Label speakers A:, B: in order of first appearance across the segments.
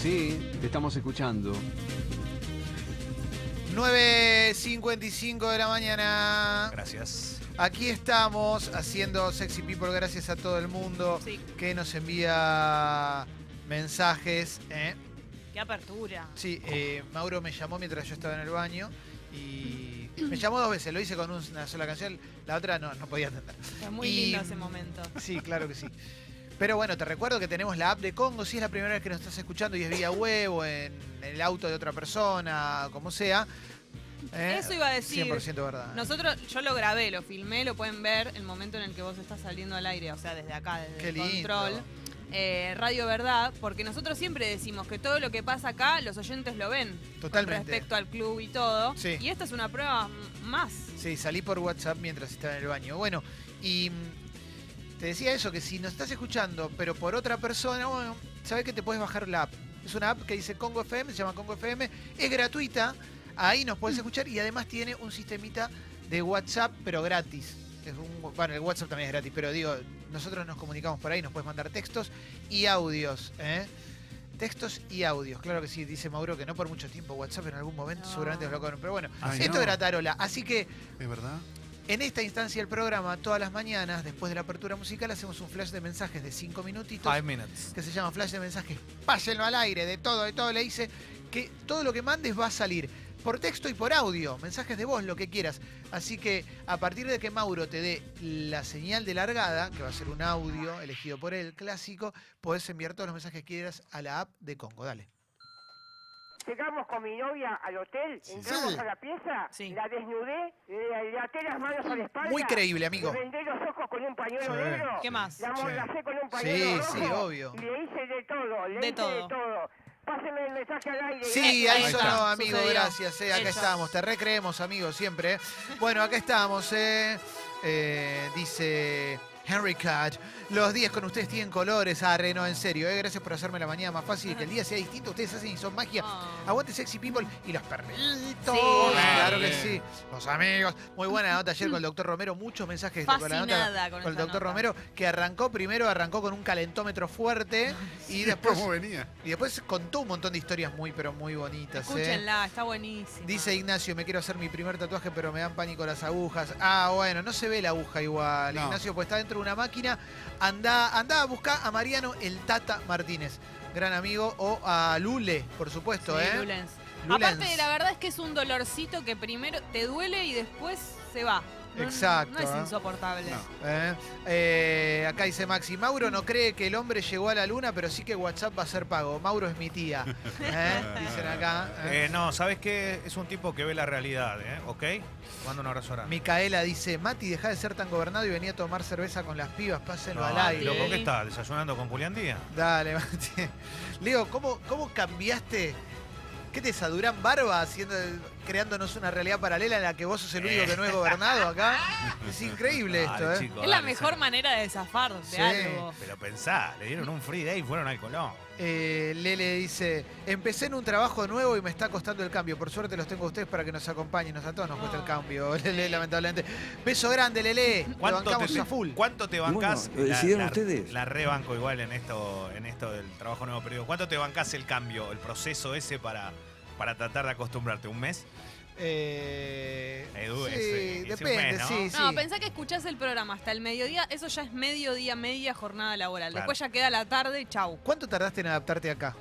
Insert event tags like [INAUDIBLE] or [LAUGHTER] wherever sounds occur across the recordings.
A: Sí, te estamos escuchando.
B: 9.55 de la mañana.
C: Gracias.
B: Aquí estamos haciendo Sexy People. Gracias a todo el mundo
D: Sí,
B: que nos envía mensajes. ¿eh?
D: qué apertura.
B: Sí, eh, Mauro me llamó mientras yo estaba en el baño
D: [CLEARS THROAT]
B: y me llamó dos veces. Lo hice con una sola canción, la otra no, no podía atender.
D: Fue muy
B: Y-
D: lindo ese momento.
B: Sí, claro que sí. Pero bueno, te recuerdo que tenemos la app de Congo, si es la primera vez que nos estás escuchando y es vía web o en el auto de otra persona, como sea. ¿eh?
D: Eso iba a decir.
B: 100% verdad.
D: Nosotros, yo lo grabé, lo filmé, lo pueden ver el momento en el que vos estás saliendo al aire, o sea, desde acá, desde
B: Qué
D: el
B: lindo.
D: control. eh, Radio Verdad, porque nosotros siempre decimos que todo lo que pasa acá, los oyentes lo ven.
B: Totalmente.
D: Respecto al club y todo.
B: Sí.
D: Y esta es una prueba m- más.
B: Sí, salí por WhatsApp mientras estaba en el baño. Bueno, y mm, te decía eso, que si nos estás escuchando, pero por otra persona, bueno, sabes que te puedes bajar la app. Es una app que dice Congo FM, se llama Congo FM, es gratuita, ahí nos
D: Mm.
B: puedes escuchar y además tiene un sistemita de WhatsApp, pero gratis. Es un- bueno, el WhatsApp también es gratis, pero digo, nosotros nos comunicamos por ahí, nos puedes mandar textos y audios, ¿eh? Textos y audios, claro que sí, dice Mauro que no por mucho tiempo, WhatsApp en algún momento
D: No.
B: seguramente nos lo cobran, pero bueno,
C: Ay,
B: esto
C: no.
B: era Tarola, así que
C: ¿Es verdad?
B: en esta instancia del programa, todas las mañanas, después de la apertura musical, hacemos un flash de mensajes de 5 minutitos
C: Five minutes.
B: que se llama flash de mensajes. Pásenlo al aire, de todo, de todo. Le dice que todo lo que mandes va a salir por texto y por audio, mensajes de voz, lo que quieras. Así que a partir de que Mauro te dé la señal de largada, que va a ser un audio elegido por él, clásico, podés enviar todos los mensajes que quieras a la app de Congo. Dale.
E: Llegamos con mi novia al hotel, entramos
B: Sí.
E: a la pieza,
D: Sí.
E: la desnudé, le, le até las manos a la espalda.
B: Muy creíble, amigo.
E: Le vendé los ojos con un pañuelo
C: Sí.
E: negro.
D: ¿Qué más?
E: La
B: Sí.
E: mordacé con un pañuelo
B: Sí,
E: rojo.
B: sí, obvio.
E: y Le hice de todo, le
D: De
E: hice
D: todo.
E: de todo. Pásenme el mensaje al aire.
B: Sí,
D: Ahí
B: ahí
C: está.
B: sonó, amigo,
D: Sucedió.
B: gracias. eh, Acá
D: Hecho.
B: estamos, te recreemos, amigo, siempre. eh. Bueno, acá estamos, eh. Eh, dice Henry Cat. Los días con ustedes tienen colores, arre, no, en serio, eh. Gracias por hacerme la mañana más fácil y que el día sea distinto. Ustedes hacen y son magia.
D: Oh.
B: Aguante Sexy People y los perritos.
D: Sí.
B: Claro que
C: Dale.
B: sí. Los amigos. Muy buena nota ayer con el doctor Romero. Muchos mensajes con la nota
D: Fascinada
B: con
D: con
B: el
D: esta
B: doctor
D: nota.
B: Romero, pues, que arrancó primero, arrancó con un calentómetro
D: [LAUGHS]
B: fuerte y después
C: ¿Cómo venía?
B: y después contó un montón de historias muy, pero muy bonitas. ¿eh?
D: Escúchenla, está buenísima.
B: Dice Ignacio, me quiero hacer mi primer tatuaje, pero me dan pánico las agujas. Ah, bueno, no se ve la aguja igual,
C: No.
B: Ignacio, pues está dentro de una máquina. Anda, anda a buscar a Mariano el Tata Martínez, gran amigo, o a Lule, por supuesto,
D: Sí,
B: ¿eh?
D: Lulens.
B: Lulens.
D: Aparte, la verdad es que es un dolorcito que primero te duele y después se va. No-
B: Exacto,
D: No es
B: ¿eh?
D: insoportable.
C: No.
B: ¿Eh? Eh, acá dice Maxi, Mauro no cree que el hombre llegó a la luna, pero sí que WhatsApp va a ser pago. Mauro es mi
C: [LAUGHS]
B: tía. ¿eh? Dicen acá. ¿eh?
C: Eh, no, ¿sabes qué? Es un tipo que ve la realidad, ¿eh? ¿Ok? Mando un abrazo grande.
B: Micaela dice, Mati, deja de ser tan gobernado y venía a tomar cerveza con las pibas, pásenlo
C: No,
B: al aire.
C: loco,
D: Sí.
C: ¿qué está? ¿Desayunando con Julián Díaz?
B: Dale, [LAUGHS] Mati. Leo, ¿cómo, cómo cambiaste? ¿Qué te sadurán barba haciendo, creándonos una realidad paralela en la que vos sos el único que no es gobernado
C: [LAUGHS]
B: acá? Es increíble esto,
C: Dale,
B: ¿eh?
C: chico,
D: Es la
C: dale,
D: mejor
C: sí.
D: manera de zafar de
B: Sí.
D: algo.
C: Pero pensá, le dieron un free day y fueron al Colón.
B: Eh, Lele dice, empecé en un trabajo nuevo y me está costando el cambio. Por suerte los tengo a ustedes para que nos acompañen. Nos a todos nos cuesta el cambio, [LAUGHS] Lele, lamentablemente. Beso grande, Lele. Lo bancamos
C: te,
B: a full.
C: ¿Cuánto te
F: Bueno,
C: bancás?
F: lo decidieron ustedes.
C: La rebanco igual en esto, en esto del trabajo nuevo periodo. ¿Cuánto te bancás el cambio, el proceso ese para, para tratar de acostumbrarte? ¿Un mes?
B: Eh,
C: Edu,
B: sí,
C: ese- ese
B: depende,
C: mes, ¿no?
B: sí, sí.
D: No, pensá que escuchás el programa hasta el mediodía, eso ya es mediodía, media jornada laboral.
C: Claro.
D: Después ya queda la tarde y chau.
B: ¿Cuánto tardaste en adaptarte acá?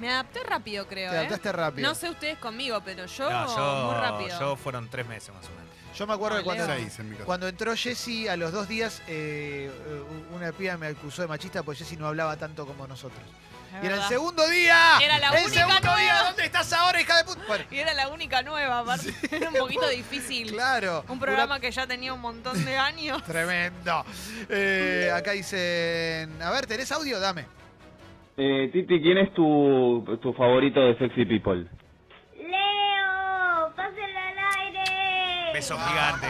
D: Me adapté rápido, creo.
B: Te
D: ¿eh?
B: adaptaste rápido.
D: No sé ustedes conmigo, pero yo,
C: No, yo,
D: muy rápido.
C: yo fueron tres meses más o menos.
B: Yo me acuerdo
D: Ah,
B: que cuando,
D: Leo.
F: Seis en mi casa.
B: cuando entró Jessy a los dos días, eh, eh, una piba me acusó de machista porque Jessy no hablaba tanto como nosotros.
D: Es
B: y era el
D: verdad.
B: segundo día.
D: Era la
B: el
D: única
B: segundo
D: nueva.
B: día. ¿Dónde estás ahora, hija de puta? Bueno,
D: Y era la única nueva, aparte. [LAUGHS] Era un poquito difícil.
B: claro.
D: Un programa que ya tenía un montón de años.
B: Una- Tremendo. Eh, acá dicen, a ver, ¿tenés audio? Dame.
G: Eh, Titi, ¿quién es tu, tu favorito de Sexy People?
H: Leo, pásenlo al aire.
C: Beso gigante.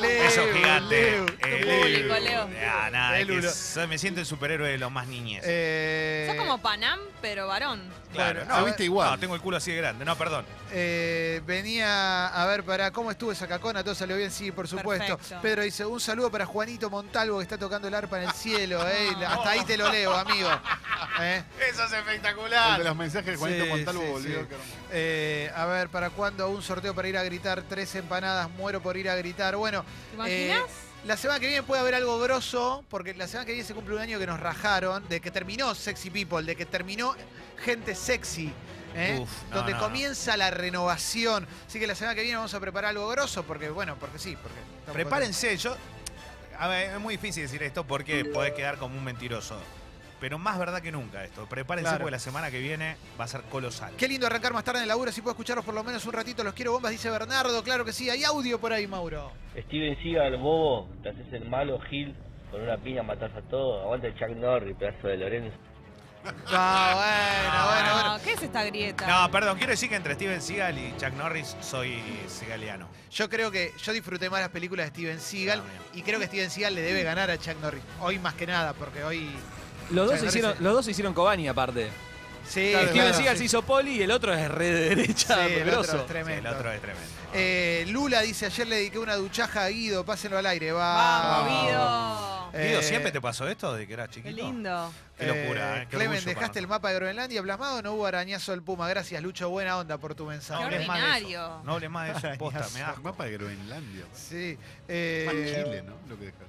B: Leo,
C: Beso gigante.
B: Leo.
C: Eh,
D: Público, Leo.
C: Ah, nada, es que
B: Leo.
C: soy- me siento el superhéroe de los más niñes.
B: [LAUGHS] Eh,
D: ¿Sos como Panam? pero varón.
C: Claro,
B: Bueno, a
C: no,
B: ver.
F: viste igual.
C: no, tengo el culo así de grande. No, perdón.
B: Eh, venía a ver para cómo estuvo esa cacona, todo salió bien, sí, por supuesto.
D: Perfecto.
B: Pedro dice, un saludo para Juanito Montalvo que está tocando el arpa en el
C: [LAUGHS]
B: cielo. eh. La- Hasta ahí te lo leo, amigo. Eh,
C: Eso es
F: El
C: espectacular.
F: de los mensajes de Juanito
B: Sí,
F: Montalvo
B: sí,
F: volvió.
B: sí.
F: qué hermoso.
B: eh, a ver, ¿para cuándo un sorteo para ir a gritar? Tres empanadas, muero por ir a gritar. Bueno,
D: ¿Te imaginas?
B: la semana que viene puede haber algo grosso, porque la semana que viene se cumple un año que nos rajaron, de que terminó Sexy People, de que terminó Gente Sexy. ¿eh?
C: Uf, no,
B: donde
C: no, no.
B: comienza la renovación. Así que la semana que viene vamos a preparar algo grosso, porque bueno, porque sí, porque... estamos
C: Prepárense, yo. A ver, es muy difícil decir esto porque podés quedar como un mentiroso. Pero más verdad que nunca esto. Prepárense
B: Claro.
C: porque la semana que viene va a ser colosal.
B: Qué lindo arrancar más tarde en el laburo, si puedo escucharlos por lo menos un ratito, los quiero bombas, dice Bernardo, claro que sí, hay audio por ahí, Mauro.
I: Steven Seagal, bobo, te haces el malo, Gil, con una piña matas a todo, aguanta el Chuck Norris, pedazo de Lorenzo.
B: Ah, bueno, bueno, bueno.
D: No, Ah, ¿Qué es esta grieta?
C: No, perdón, quiero decir que entre Steven Seagal y Chuck Norris soy Seagaliano.
B: Yo creo que yo disfruté más las películas de Steven Seagal
C: Ah, bien.
B: y creo que Steven Seagal le debe ganar a Chuck Norris. Hoy más que nada, porque hoy.
J: Los
B: O sea,
J: dos, se hicieron,
B: parece-
J: los dos se hicieron Cobani aparte.
B: Sí,
F: Claro,
J: Steven
F: claro,
J: Seagal se hizo poli y el otro es re de derecha,
B: Sí, el otro
J: grosso.
B: es tremendo.
C: El otro es tremendo.
B: Eh, Lula dice: Ayer le dediqué una duchaja a Guido, pásenlo al aire. Va.
D: Vamos, Guido.
B: Eh,
C: Guido, ¿siempre te pasó esto de que eras chiquito?
D: Ah, Qué lindo.
C: Qué locura,
B: eh,
C: eh, qué
B: Clemen,
C: orgullo para
B: dejaste el
C: nosotros.
B: mapa de Groenlandia plasmado, no hubo arañazo del Puma. Gracias, Lucho, buena onda por tu mensaje.
D: Qué
C: hables más de
D: ordinario.
C: eso. No hables más de [LAUGHS] eso, posta, me da asco.
F: Mapa de Groenlandia.
B: Sí.
F: Más
B: eh,
F: Chile, ¿no? Lo que dejaste.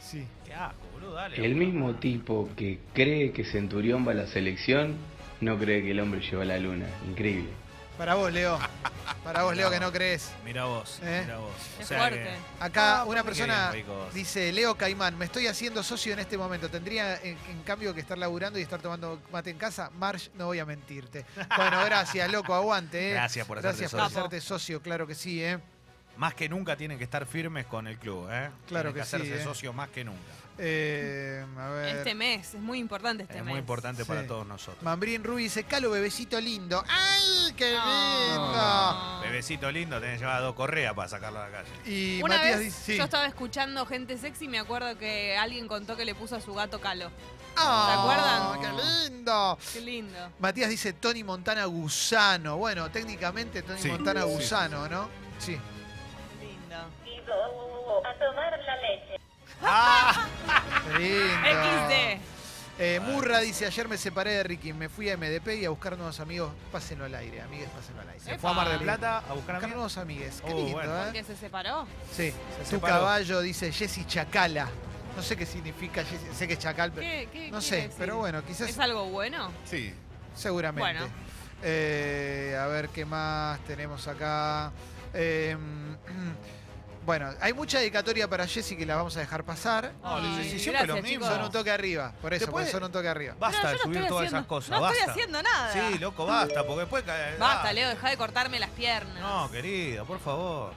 B: Sí.
C: Qué asco, boludo, dale.
I: El mismo tipo que cree que Centurión va a la selección, no cree que el hombre llegó a la luna. Increíble.
B: Para vos, Leo.
F: [LAUGHS]
B: Para vos, Leo, que no crees.
C: Mira vos,
B: Eh.
C: mira vos.
D: Qué fuerte.
B: Acá
C: Ah,
B: una
C: pues me
B: persona
C: querían, ricos.
B: dice, Leo Caimán, me estoy haciendo socio en este momento. Tendría en, en cambio que estar laburando y estar tomando mate en casa. Marge, no voy a
C: [LAUGHS]
B: mentirte. Bueno, gracias, loco, aguante. ¿eh?
C: Gracias por hacerte
B: Gracias por
C: socio.
B: hacerte socio, claro que sí, ¿eh?
C: Más que nunca tienen que estar firmes con el club, ¿eh?
B: Claro
C: Tienen
B: que sí,
C: hacerse
B: eh.
C: socio más que nunca.
B: Eh, a ver.
D: Este mes, es muy importante este
C: es
D: mes.
C: muy importante para
B: Sí.
C: todos nosotros.
B: Mambrín Rubí dice, Calo, bebecito lindo. ¡Ay, qué lindo!
D: No.
C: Bebecito lindo, tenés que llevar dos correas para sacarlo a la calle.
B: Y
D: Una
B: Matías
D: vez
B: dice, sí.
D: yo estaba escuchando gente sexy y me acuerdo que alguien contó que le puso a su gato calo.
B: ¡Ah,
D: ¿se acuerdan?
B: ¡Qué lindo!
D: Qué lindo.
B: Matías dice Tony Montana Gusano. Bueno, técnicamente Tony
F: Sí,
B: Montana
F: sí,
B: Gusano, ¿no? Sí.
D: Lindo.
H: a tomar la leche.
B: Qué lindo.
D: XD.
B: Eh, Murra dice, ayer me separé de Ricky, me fui a MDP y a buscar nuevos amigos. Pásenlo al aire, amigues, pásenlo al aire.
D: Se
C: Fue a Mar del
D: Ah.
C: Plata a buscar a
B: Buscar
C: Eh, mí.
B: nuevos amigues. Qué
C: Oh,
B: lindo,
C: bueno.
B: ¿eh?
D: ¿Que se separó?
B: Sí.
C: Se
B: Tu
C: separó.
B: caballo dice Jessy Chacala. No sé qué significa Jessy, sé que es Chacal, pero...
D: ¿Qué, qué
B: No
D: quiere
B: sé,
D: decir?
B: pero bueno, quizás
D: ¿Es algo bueno?
F: Sí.
B: seguramente.
D: Bueno.
B: Eh, a ver qué más tenemos acá. Eh, [CLEARS THROAT] bueno, hay mucha dedicatoria para Jessy que la vamos a dejar pasar.
C: No,
D: Ay,
C: Luis, si siempre lo
D: gracias,
C: mismo.
D: chicos.
B: Son un toque arriba, por eso, porque
C: Te Oh. puede-
B: son un toque arriba.
C: Basta
D: No,
C: de
D: yo no
C: subir
D: estoy
C: todas
D: haciendo-
C: esas cosas,
D: No
C: basta.
D: estoy haciendo nada.
C: Sí, loco, basta, porque después cae.
D: Basta, Leo, deja de cortarme las piernas.
C: No, querido, por favor.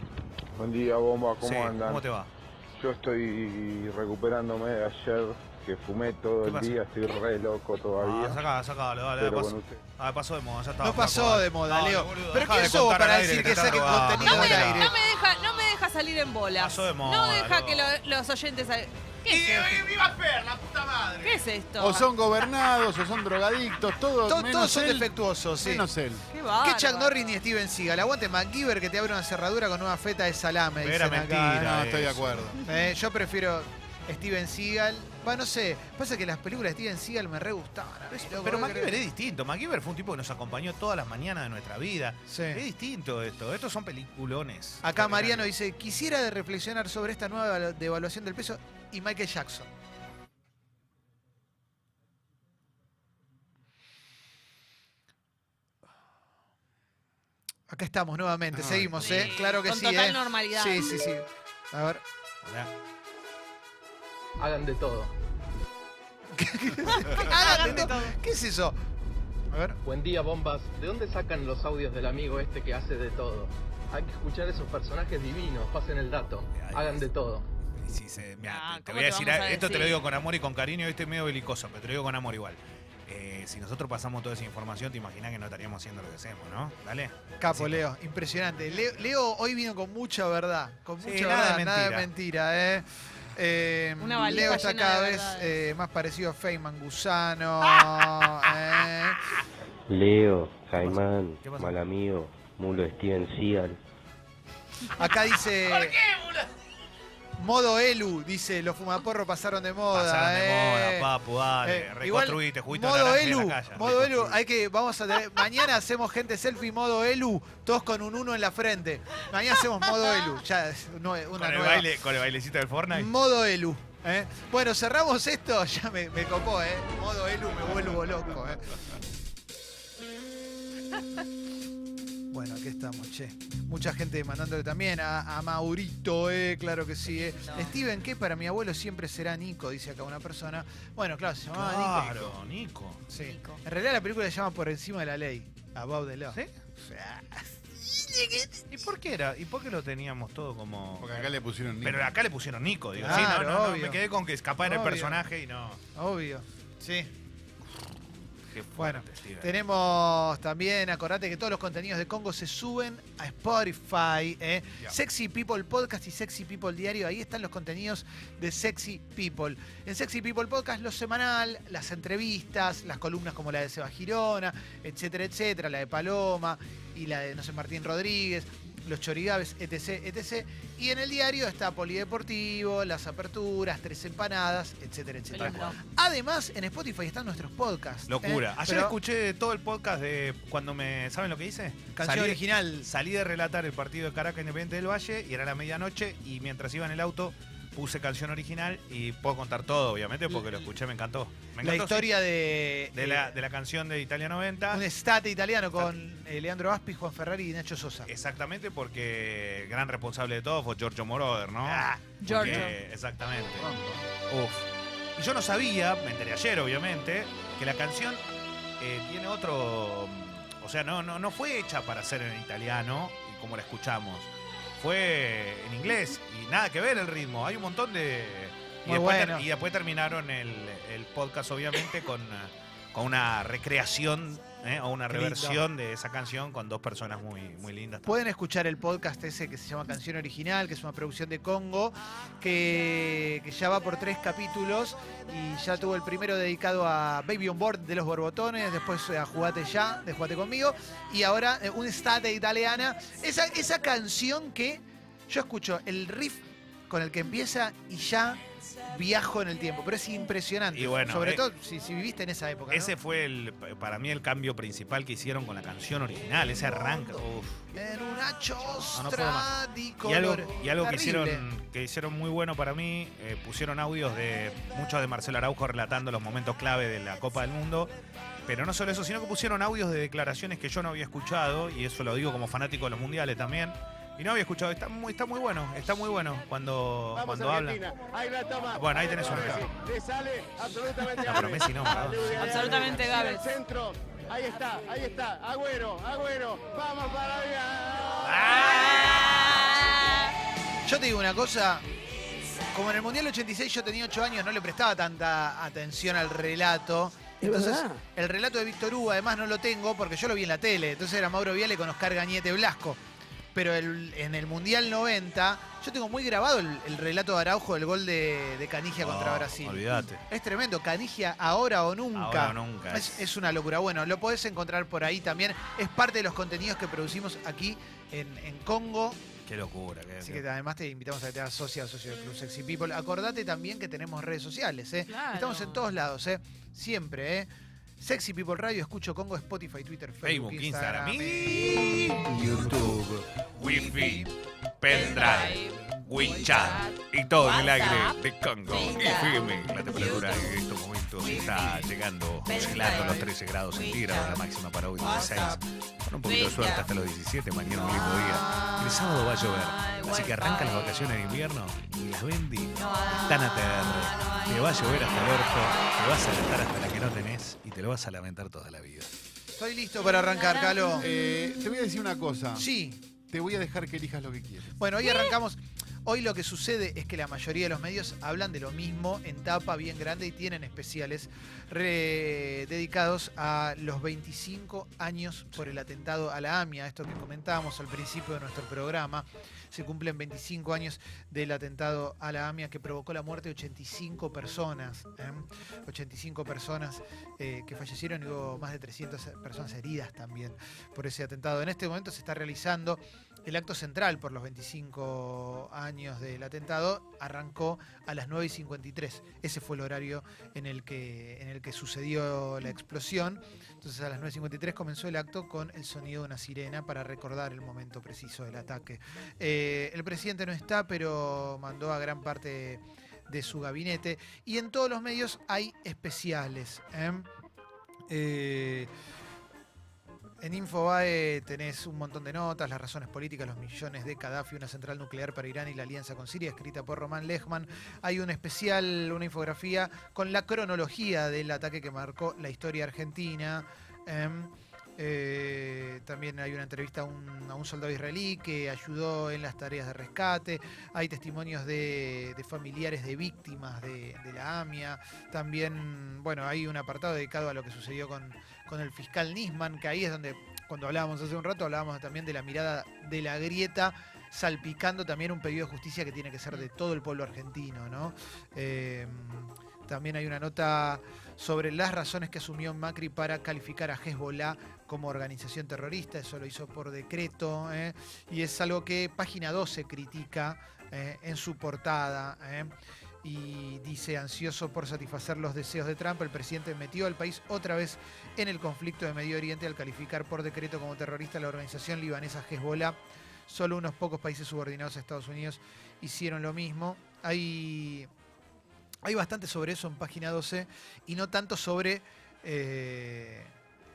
K: Buen día, bomba, ¿cómo
C: Sí,
K: andan?
C: ¿Cómo te va?
K: Yo estoy recuperándome de ayer, que fumé todo
C: ¿Qué
K: el
C: pasa?
K: día, estoy re loco todavía.
C: Ah, sacá, sacá, dale, dale,
K: pero
C: pasó.
K: con usted.
C: Ah, pasó de moda, ya está.
B: No pasó de moda, Leo. Pero ¿quién sos vos para decir que saquen
C: Ah,
B: contenido
D: No me,
B: del aire?
D: no me deja, no me deja salir en bola.
C: Pasó de moda,
D: No deja
C: loco.
D: que lo- los oyentes... sal- ¿Qué es,
C: ¡Y viva Fer, la puta madre!
D: ¿Qué es esto?
F: O son gobernados, o son drogadictos, todo,
B: To-
F: menos
B: todos son
F: él,
B: defectuosos, sí.
F: menos él.
D: Qué
B: Que
D: bárbaro.
B: Chuck Norris ni Steven Seagal. Aguante MacGyver que te abre una cerradura con una feta de salame.
C: Era
B: dicen acá,
C: mentira.
F: No, estoy de
C: eso.
F: acuerdo.
B: Eh, yo prefiero Steven Seagal. Va, no sé. Pasa que las películas de Steven Seagal me re gustaban. a mí, loco,
C: Pero
B: ¿no
C: MacGyver
B: crees?
C: es distinto. MacGyver fue un tipo que nos acompañó todas las mañanas de nuestra vida. Es distinto esto. Estos son peliculones.
B: Acá Mariano dice, quisiera de reflexionar sobre esta nueva evalu- devaluación del peso y Michael Jackson. Acá estamos nuevamente,
F: Ay.
B: seguimos, ¿eh?
D: Sí,
B: Claro que
D: con
B: sí,
D: total
B: ¿eh?
D: normalidad.
B: Sí, sí, sí. A ver.
C: Hola.
J: Hagan de todo.
B: Hagan de todo. ¿Qué es eso? A ver.
J: Buen día, bombas. ¿De dónde sacan los audios del amigo este que hace de todo? Hay que escuchar esos personajes divinos, pasen el dato.
L: Eh,
C: Hagan de
J: todo.
C: Y si se- mirá,
D: Ah,
C: te- te,
D: ¿cómo
C: voy a
D: te
C: decir,
D: vamos a
C: esto te lo
D: decir?
C: digo con amor y con cariño, este es medio belicoso, pero te lo digo con amor igual. Eh, si nosotros pasamos toda esa información, te imaginas que no estaríamos haciendo lo que hacemos, ¿no? Dale.
B: Capo,
C: Sí.
B: Leo, impresionante. Leo, Leo hoy vino con mucha verdad, con
C: Sí,
B: mucha
C: nada
B: verdad,
C: de
B: nada de
C: mentira.
B: mentira, ¿eh? Eh,
D: Una valija
B: Leo está
D: llena
B: cada
D: de
B: vez
D: verdades. [LAUGHS]
B: eh, más parecido a Feynman Gusano. ¿eh?
I: Leo, Caimán,
B: ¿Qué pasa?
I: mal amigo, mulo Steven Seagal.
B: Acá dice. Modo Elu, dice, los fumaporros pasaron de moda.
C: Pasaron de
B: eh.
C: moda, papu, dale.
B: Eh, igual,
C: reconstruiste, juguito de
B: modo
C: naranja en
B: Elu,
C: la calle.
B: modo Elu, hay que, vamos a tener, mañana hacemos gente selfie modo Elu, todos con un uno en la frente. Mañana hacemos modo Elu, ya es nue- una
C: Con el,
B: nueva.
C: baile, con el bailecito del Fortnite.
B: Modo Elu. ¿eh? Bueno, cerramos esto, [LAUGHS] ya me, me copó, ¿eh? Modo Elu, me vuelvo loco, ¿eh? [LAUGHS] Bueno, aquí estamos, che. Mucha gente mandándole también a, a Maurito, ¿eh? Claro que sí, ¿eh? Steven, ¿qué? Para mi abuelo siempre será Nico, dice acá una persona. Bueno, claro, se llamaba Ah, Nico.
C: Claro, Nico.
B: Sí.
D: Nico.
B: En realidad la película se llama Por encima de la ley. Above the law.
C: ¿Sí? ¿Y por qué era? ¿Y por qué lo teníamos todo como.?
F: Porque acá le pusieron Nico.
C: Pero acá le pusieron Nico, digo. sí,
B: Claro,
C: no, no, no,
B: obvio.
C: me quedé con que escapaba era el
B: Obvio.
C: personaje y no.
B: Obvio. Sí.
C: Qué
B: Bueno,
C: fuerte, Steven.
B: Tenemos también, acordate que todos los contenidos de Congo se suben a Spotify. ¿eh?
C: Ya.
B: Sexy People Podcast y Sexy People Diario, ahí están los contenidos de Sexy People. En Sexy People Podcast, lo semanal, las entrevistas, las columnas como la de Seba Girona, etcétera, etcétera, la de Paloma y la de, no sé, Martín Rodríguez, los Chorigaves, etc, etc. Y en el diario está Polideportivo, las aperturas, Tres Empanadas, etcétera, etcétera.
D: Lindo.
B: Además, en Spotify están nuestros podcasts. ¿eh?
C: Locura. Ayer
B: Pero
C: escuché todo el podcast de cuando me. ¿Saben lo que hice?
B: Canción
C: Salí-
B: original.
C: Salí de relatar el partido de Caracas Independiente del Valle y era la medianoche y mientras iba en el auto puse canción original y puedo contar todo, obviamente, porque lo escuché, me encantó. Me
B: la
C: encantó, sí.
B: historia de, eh,
C: de la, de la canción de Italia 90.
B: un estate italiano con eh, Leandro Aspi, Juan Ferrari y Nacho Sosa.
C: Exactamente, porque el gran responsable de todo fue Giorgio Moroder, ¿no?
B: Ah,
C: Porque-
D: Giorgio.
C: Exactamente. Uf. Y yo no sabía, me enteré ayer, obviamente, que la canción eh, tiene otro. O sea, no, no, no fue hecha para ser en italiano, y como la escuchamos. Fue en inglés y nada que ver el ritmo. Hay un montón de. Y,
B: Muy
C: después,
B: bueno.
C: ter- y después terminaron el, el podcast, obviamente, con, eh, con una recreación eh, o una
B: Qué lindo.
C: reversión de esa canción con dos personas muy, muy lindas.
B: Pueden escuchar el podcast ese que se llama Canción Original, que es una producción de Congo, que, que ya va por tres capítulos y ya tuvo el primero dedicado a Baby on Board de los Borbotones, después a Jugate Ya, de Jugate Conmigo, y ahora eh, un estate italiana. Esa, esa canción que yo escucho, el riff con el que empieza y ya viajo en el tiempo, pero es impresionante.
C: Y bueno,
B: Sobre
C: eh,
B: todo si, si viviste en esa época. ¿no?
C: Ese fue el, para mí el cambio principal que hicieron con la canción original, ese arranque. uf.
B: En una
C: No, no
B: chostra
C: puedo más.
B: di
C: Y algo,
B: colores.
C: y algo que
B: Terrible.
C: hicieron que hicieron muy bueno para mí, eh, pusieron audios de muchos de Marcelo Araujo relatando los momentos clave de la Copa del Mundo. Pero no solo eso, sino que pusieron audios de declaraciones que yo no había escuchado, y eso lo digo como fanático de los mundiales también. Y no había escuchado, está muy, está muy bueno, está muy bueno cuando, cuando hablan.
K: Ahí la toma.
C: Bueno, ahí tenés un regalo.
K: Le sale absolutamente
C: No, pero Messi no, Maradona.
D: Absolutamente Gávez.
K: centro. Ahí está, ahí está. Agüero, Agüero. Vamos para allá.
D: Ah,
B: Yo te digo una cosa. Como en el Mundial 86 yo tenía 8 años, no le prestaba tanta atención al relato. Entonces, el relato de Víctor Hugo, además, no lo tengo porque yo lo vi en la tele. Entonces era Mauro Viale con Oscar Gañete Blasco. Pero el- en el Mundial 90, yo tengo muy grabado el, el relato de Araujo del gol de, de Canigia contra
C: Oh,
B: Brasil.
C: Olvídate.
B: Es tremendo, Canigia ahora o nunca.
C: Ahora o nunca.
B: Es, es una locura. Bueno, lo podés encontrar por ahí también. Es parte de los contenidos que producimos aquí en, en Congo.
C: Qué locura. qué-
B: Así que además te invitamos a que te hagas socia, socio del Club Sexy People. Acordate también que tenemos redes sociales, ¿eh?
D: Claro.
B: Estamos en todos lados, ¿eh? Siempre, ¿eh? Sexy People Radio, escucho Congo, Spotify, Twitter, Facebook,
C: Facebook, Instagram,
B: y-
A: YouTube.
C: Wi-Fi, pendrive, WeChat y todo en el aire de Congo. FM, la temperatura en estos momentos está llegando, oscilando los 13 grados centígrados, la máxima para hoy 16. Con un poquito de suerte hasta los 17, mañana un lindo día. El sábado va a llover, así que arrancan las vacaciones de invierno y las vendi están a TR. Te va a llover hasta el orto, te vas a alentar hasta la que no tenés y te lo vas a lamentar toda la vida.
B: Estoy listo para arrancar, Calo.
F: Eh, te voy a decir una cosa.
B: Sí.
F: Te voy a dejar que elijas lo que quieres.
B: Bueno, ahí arrancamos. Hoy lo que sucede es que la mayoría de los medios hablan de lo mismo en tapa bien grande y tienen especiales re- dedicados a los 25 años por el atentado a la AMIA, esto que comentábamos al principio de nuestro programa. Se cumplen 25 años del atentado a la AMIA que provocó la muerte de 85 personas. ¿eh? 85 personas eh, que fallecieron y hubo más de 300 personas heridas también por ese atentado. En este momento se está realizando el acto central por los 25 años del atentado. Arrancó a las 9 y 53. Ese fue el horario en el que, en el que sucedió la explosión. Entonces a las 9 y 53 comenzó el acto con el sonido de una sirena para recordar el momento preciso del ataque. Eh, el presidente no está, pero mandó a gran parte de su gabinete. Y en todos los medios hay especiales. ¿eh? Eh, en Infobae tenés un montón de notas, las razones políticas, los millones de Gaddafi, una central nuclear para Irán y la alianza con Siria, escrita por Román Lechman. Hay un especial, una infografía con la cronología del ataque que marcó la historia argentina. Em, eh, también hay una entrevista a un, a un soldado israelí que ayudó en las tareas de rescate. Hay testimonios de, de familiares de víctimas de, de la AMIA. También, bueno, hay un apartado dedicado a lo que sucedió con, con el fiscal Nisman, que ahí es donde, cuando hablábamos hace un rato, hablábamos también de la mirada de la grieta, salpicando también un pedido de justicia que tiene que ser de todo el pueblo argentino, ¿no? Eh, también hay una nota sobre las razones que asumió Macri para calificar a Hezbollah como organización terrorista, eso lo hizo por decreto, ¿eh? y es algo que Página 12 critica ¿eh? en su portada. ¿eh? Y dice, ansioso por satisfacer los deseos de Trump, el presidente metió al país otra vez en el conflicto de Medio Oriente al calificar por decreto como terrorista a la organización libanesa Hezbollah. Solo unos pocos países subordinados a Estados Unidos hicieron lo mismo. Hay hay bastante sobre eso en página 12 y no tanto sobre eh,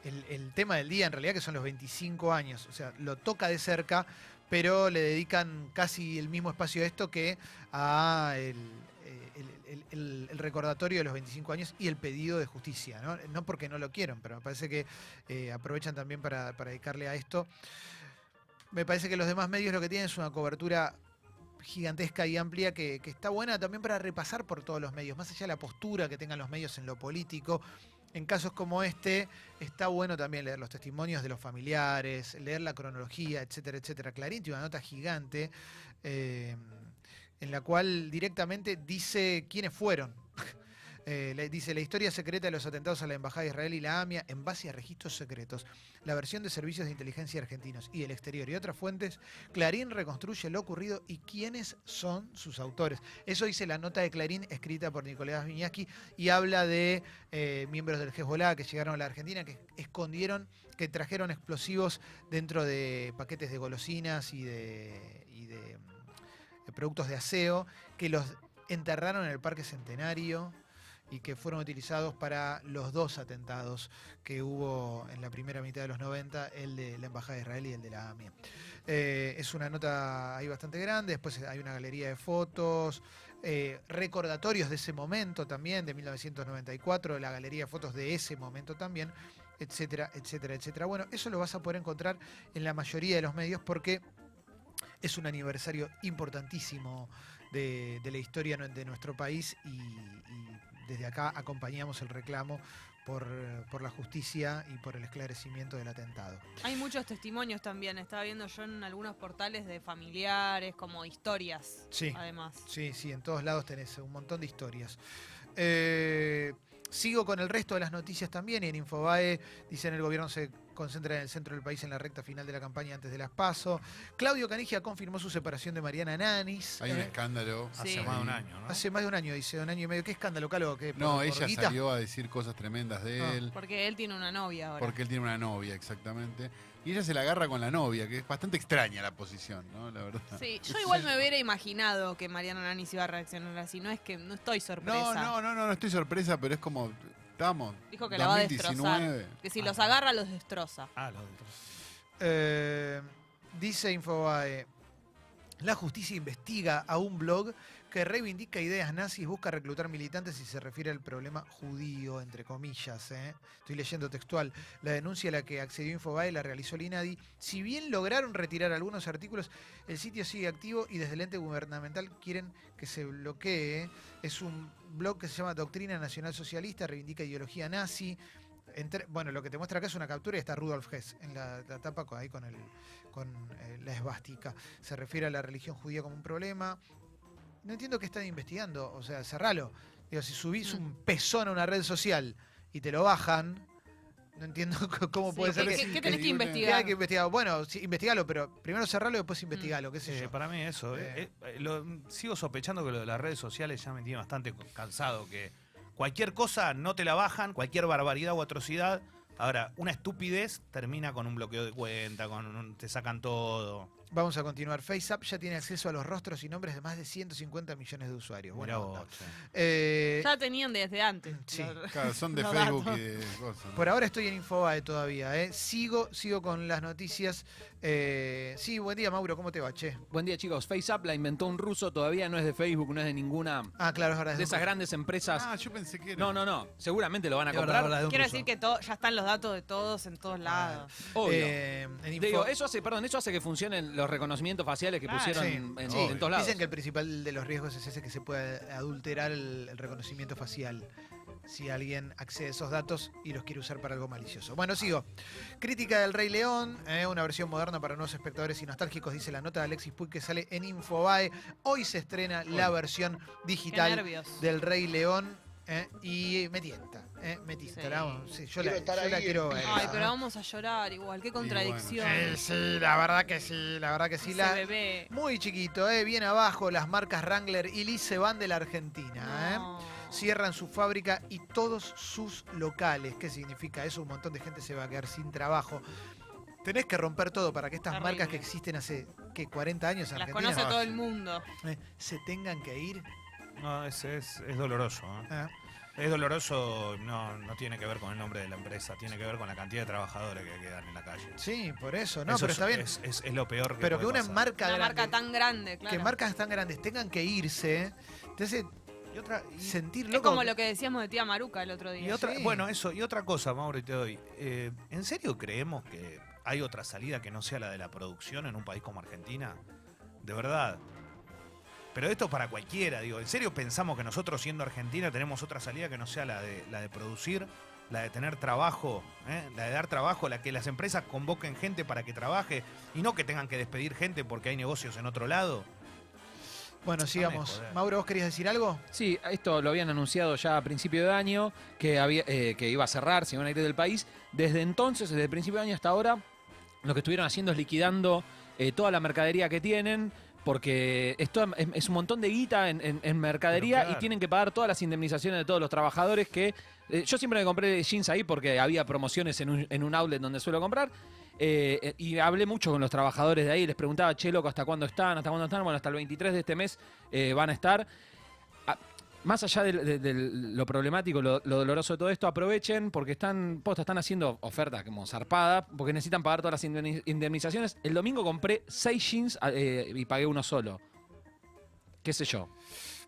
B: el, el tema del día, en realidad, que son los 25 años. O sea, lo toca de cerca, pero le dedican casi el mismo espacio a esto que a el, eh, el- el- el- el recordatorio de los 25 años y el pedido de justicia. No, No porque no lo quieran, pero me parece que eh, aprovechan también para, para dedicarle a esto. Me parece que los demás medios lo que tienen es una cobertura gigantesca y amplia que, que está buena también para repasar por todos los medios, más allá de la postura que tengan los medios en lo político. En casos como este, está bueno también leer los testimonios de los familiares, leer la cronología, etcétera, etcétera. Clarín tiene una nota gigante eh, en la cual directamente dice quiénes fueron. [LAUGHS] Eh, le- dice la historia secreta de los atentados a la Embajada de Israel y la AMIA en base a registros secretos, la versión de servicios de inteligencia argentinos y el exterior y otras fuentes Clarín reconstruye lo ocurrido y quiénes son sus autores. Eso dice la nota de Clarín escrita por Nicolás Viñaski y habla de eh, miembros del Hezbollah que llegaron a la Argentina, que escondieron, que trajeron explosivos dentro de paquetes de golosinas y de, y de, mm, de productos de aseo, que los enterraron en el Parque Centenario y que fueron utilizados para los dos atentados que hubo en la primera mitad de los 90, el de la Embajada de Israel y el de la AMIA. Eh, es una nota ahí bastante grande, después hay una galería de fotos, eh, recordatorios de ese momento también, de 1994, la galería de fotos de ese momento también, etcétera, etcétera, etcétera. Bueno, eso lo vas a poder encontrar en la mayoría de los medios porque es un aniversario importantísimo de, de la historia nu- de nuestro país y, y desde acá acompañamos el reclamo por, por la justicia y por el esclarecimiento del atentado.
D: Hay muchos testimonios también. Estaba viendo yo en algunos portales de familiares, como historias.
B: Sí.
D: Además.
B: Sí, sí, en todos lados tenés un montón de historias. Eh, sigo con el resto de las noticias también. En Infobae dicen el gobierno se concentra en el centro del país en la recta final de la campaña antes de las PASO. Claudio Canigia confirmó su separación de Mariana Nanis.
F: Hay un
B: Eh,
F: escándalo.
D: Sí.
C: Hace más de un año, ¿no?
B: Hace más de un año, dice, un año y medio. ¿Qué escándalo, Calo? ¿Qué, por-
F: No,
B: por
F: ella
B: guita?
F: salió a decir cosas tremendas
B: Ah.
F: de él.
D: Porque él tiene una novia ahora.
F: Porque él tiene una novia, exactamente. Y ella se la agarra con la novia, que es bastante extraña la posición, ¿no? La verdad.
D: Sí, yo igual
F: [LAUGHS]
D: me hubiera imaginado que Mariano Nanis iba a reaccionar así. No es que no estoy
F: No,
D: sorpresa.
F: no, no, no, no estoy sorpresa, pero es como. Estamos.
D: Dijo que la va a
F: 2019.
D: destrozar. Ah. Que si los agarra, los destroza.
C: Ah, lo de-
B: Eh, dice Infobae. La justicia investiga a un blog que reivindica ideas nazis, busca reclutar militantes y se refiere al problema judío, entre comillas. ¿eh? Estoy leyendo textual. La denuncia a la que accedió Infobae la realizó el INADI. Si bien lograron retirar algunos artículos, el sitio sigue activo y desde el ente gubernamental quieren que se bloquee. Es un blog que se llama Doctrina Nacional Socialista, reivindica ideología nazi. Entre- bueno, lo que te muestra acá es una captura y está Rudolf Hess en la, la tapa con- ahí con, el, con eh, la esvástica. Se refiere a la religión judía como un problema. No entiendo qué están investigando. O sea, cerralo. Digo, si subís
M: Mm.
B: un pezón a una red social y te lo bajan, no entiendo [LAUGHS] c- cómo
D: Sí,
B: puede ser
D: ¿qué-
B: que-
D: qué- qué tenés que
B: ¿Qué
D: investigar? Mm.
B: hay que investigar? Bueno, sí, investigalo, pero primero cerralo y después investigalo, qué sé
C: Eh,
B: yo.
C: para mí eso. eh,
B: Eh.
C: eh, eh, lo- sigo sospechando que lo de las redes sociales ya me tiene bastante co- cansado. Que cualquier cosa no te la bajan, cualquier barbaridad o atrocidad. Ahora, una estupidez termina con un bloqueo de cuenta, con un- te sacan todo.
B: Vamos a continuar. FaceApp ya tiene acceso a los rostros y nombres de más de 150 millones de usuarios.
C: Mirá
B: Bueno,
C: vos, che.
B: eh,
D: Ya tenían desde antes.
B: sí.
D: Los-
F: Claro, son de
D: los
F: Facebook
C: Ah.
D: datos.
F: y de cosas. ¿no?
B: Por ahora estoy en Infobae todavía, ¿eh? Sigo, sigo con las noticias. Eh, sí, buen día, Mauro, ¿cómo te va, che?
L: Buen día chicos, FaceApp la inventó un ruso, todavía no es de Facebook, no es de ninguna
B: Ah, claro, es verdad. es
L: de
B: un
L: esas
B: ruso.
L: grandes empresas.
F: Ah, yo pensé que era.
L: No, no, no, seguramente lo van a
F: Es verdad,
L: comprar.
F: verdad, es un
D: Quiero decir que to- ya están los datos de todos en todos lados.
L: Obvio.
B: Eh, en Info- Ah,
L: Digo, eso hace, perdón, eso hace que funcionen los reconocimientos faciales que
D: Claro.
L: pusieron
B: Sí,
L: en, en
B: sí.
L: todos lados.
B: Dicen que el principal de los riesgos es ese que se puede adulterar el, el reconocimiento facial si alguien accede a esos datos y los quiere usar para algo malicioso. Bueno, sigo. Crítica del Rey León, eh, una versión moderna para nuevos espectadores y nostálgicos, dice la nota de Alexis Puig que sale en Infobae. Hoy se estrena la versión
D: Qué
B: digital
D: nervios.
B: del Rey León eh, y me tienta, eh, me tienta.
D: Sí.
B: La vamos- sí, yo
K: Quiero
B: la,
K: estar
B: yo la
K: ahí.
B: quiero ver.
D: Ay,
B: esa,
D: pero
B: ¿no?
D: vamos a llorar igual. Qué contradicción.
B: Eh, sí, la verdad que sí, la verdad que sí.
D: Ese
B: La,
D: bebé.
B: muy chiquito, ¿eh? bien abajo, las marcas Wrangler y Lee se van de la Argentina. ¿eh?
D: No.
B: Cierran su fábrica y todos sus locales. ¿Qué significa eso? Un montón de gente se va a quedar sin trabajo. Tenés que romper todo para que estas
D: Terrible.
B: marcas que existen hace ¿qué, 40 años en
D: Las
B: Argentina
D: conoce todo el mundo.
B: eh, se tengan que ir.
C: No, es, es, es doloroso. ¿eh?
B: ¿eh?
C: Es doloroso, no, no tiene que ver con el nombre de la empresa, tiene que ver con la cantidad de trabajadores que quedan en la calle.
B: Sí, por eso, no,
C: Eso
B: pero
C: es-
B: está bien.
C: Es, es- es lo peor que
B: pero que
C: puede
B: una
C: pasar.
B: marca
D: Una
B: grande,
D: marca tan grande, claro.
B: que marcas tan grandes tengan que irse, te hace
C: Y otra, y-
B: sentir
D: es
B: loco.
D: como lo que decíamos de tía Maruca el otro día.
C: Y otra,
B: Sí.
C: bueno, eso, y otra cosa, Mauro, y te doy. Eh, ¿En serio creemos que hay otra salida que no sea la de la producción en un país como Argentina? De verdad. Pero esto es para cualquiera, digo. ¿En serio pensamos que nosotros siendo Argentina tenemos otra salida que no sea la de, la de producir, la de tener trabajo, ¿eh? la de dar trabajo, la que las empresas convoquen gente para que trabaje y no que tengan que despedir gente porque hay negocios en otro lado?
B: Bueno, sigamos.
C: joder.
B: Mauro, ¿vos querías decir algo?
L: Sí, esto lo habían anunciado ya a principio de año, que, había, eh, que iba a cerrar, se iban a ir del país. Desde entonces, desde el principio de año hasta ahora, lo que estuvieron haciendo es liquidando eh, toda la mercadería que tienen, porque esto es, es un montón de guita en, en- en mercadería
C: Pero claro.
L: y tienen que pagar todas las indemnizaciones de todos los trabajadores que... eh, yo siempre me compré jeans ahí porque había promociones en un, en un outlet donde suelo comprar. eh, eh, y hablé mucho con los trabajadores de ahí, les preguntaba, che, loco, ¿hasta cuándo están? ¿Hasta cuándo están? Bueno, hasta el 23 de este mes eh, van a estar más allá del- del- de, lo problemático, lo, lo doloroso de todo esto, aprovechen porque están, posta, están haciendo ofertas como zarpadas, porque necesitan pagar todas las indemni- indemnizaciones. El domingo compré seis jeans eh, y pagué uno solo. ¿Qué sé yo?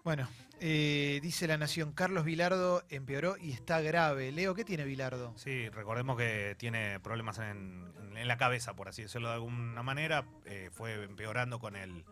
B: Bueno, eh, dice la Nación, Carlos Vilardo empeoró y está grave. Leo, ¿qué tiene Vilardo?
C: Sí, recordemos que tiene problemas en, en la cabeza, por así decirlo de alguna manera. Eh, fue empeorando con el,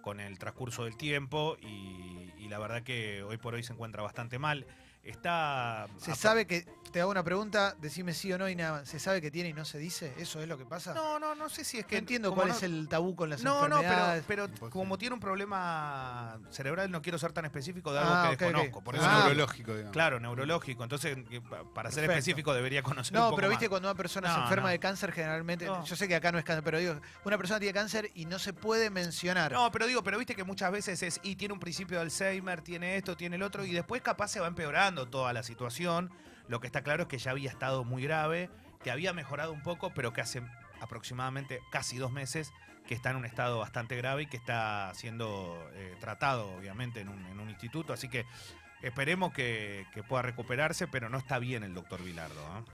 C: con el transcurso del tiempo y, y la verdad que hoy por hoy se encuentra bastante mal. Está.
B: Se sabe que, te hago una pregunta, decime sí o no y nada, ¿se sabe que tiene y no se dice? ¿Eso es lo que pasa? No,
C: No, no, no sé si es que.
B: entiendo
C: como
B: cuál
C: no-
B: es el tabú con las
C: No, no,
B: enfermedades.
C: pero, pero
F: Imposible.
C: como tiene un problema cerebral, no quiero ser tan específico de algo
B: Ah,
C: que
B: ok, ok.
C: desconozco. Por eso
F: Es
B: Ah,
C: no-
F: neurológico, digamos.
C: Claro, neurológico. Entonces, que pa- para ser
B: Perfecto.
C: específico, debería conocer un
B: no,
C: poco
B: pero viste,
C: más.
B: cuando una persona se
C: No,
B: enferma
C: no.
B: de cáncer, generalmente,
C: No.
B: yo sé que acá no es cáncer, pero digo, una persona tiene cáncer y no se puede mencionar.
C: No, pero digo, pero viste que muchas veces es, y tiene un principio de Alzheimer, tiene esto, tiene el otro, y después capaz se va empeorando toda la situación. Lo que está claro es que ya había estado muy grave, que había mejorado un poco, pero que hace aproximadamente casi dos meses que está en un estado bastante grave y que está siendo eh, tratado, obviamente, en un, en un instituto. Así que esperemos que, que pueda recuperarse, pero no está bien el doctor Vilardo. ¿eh?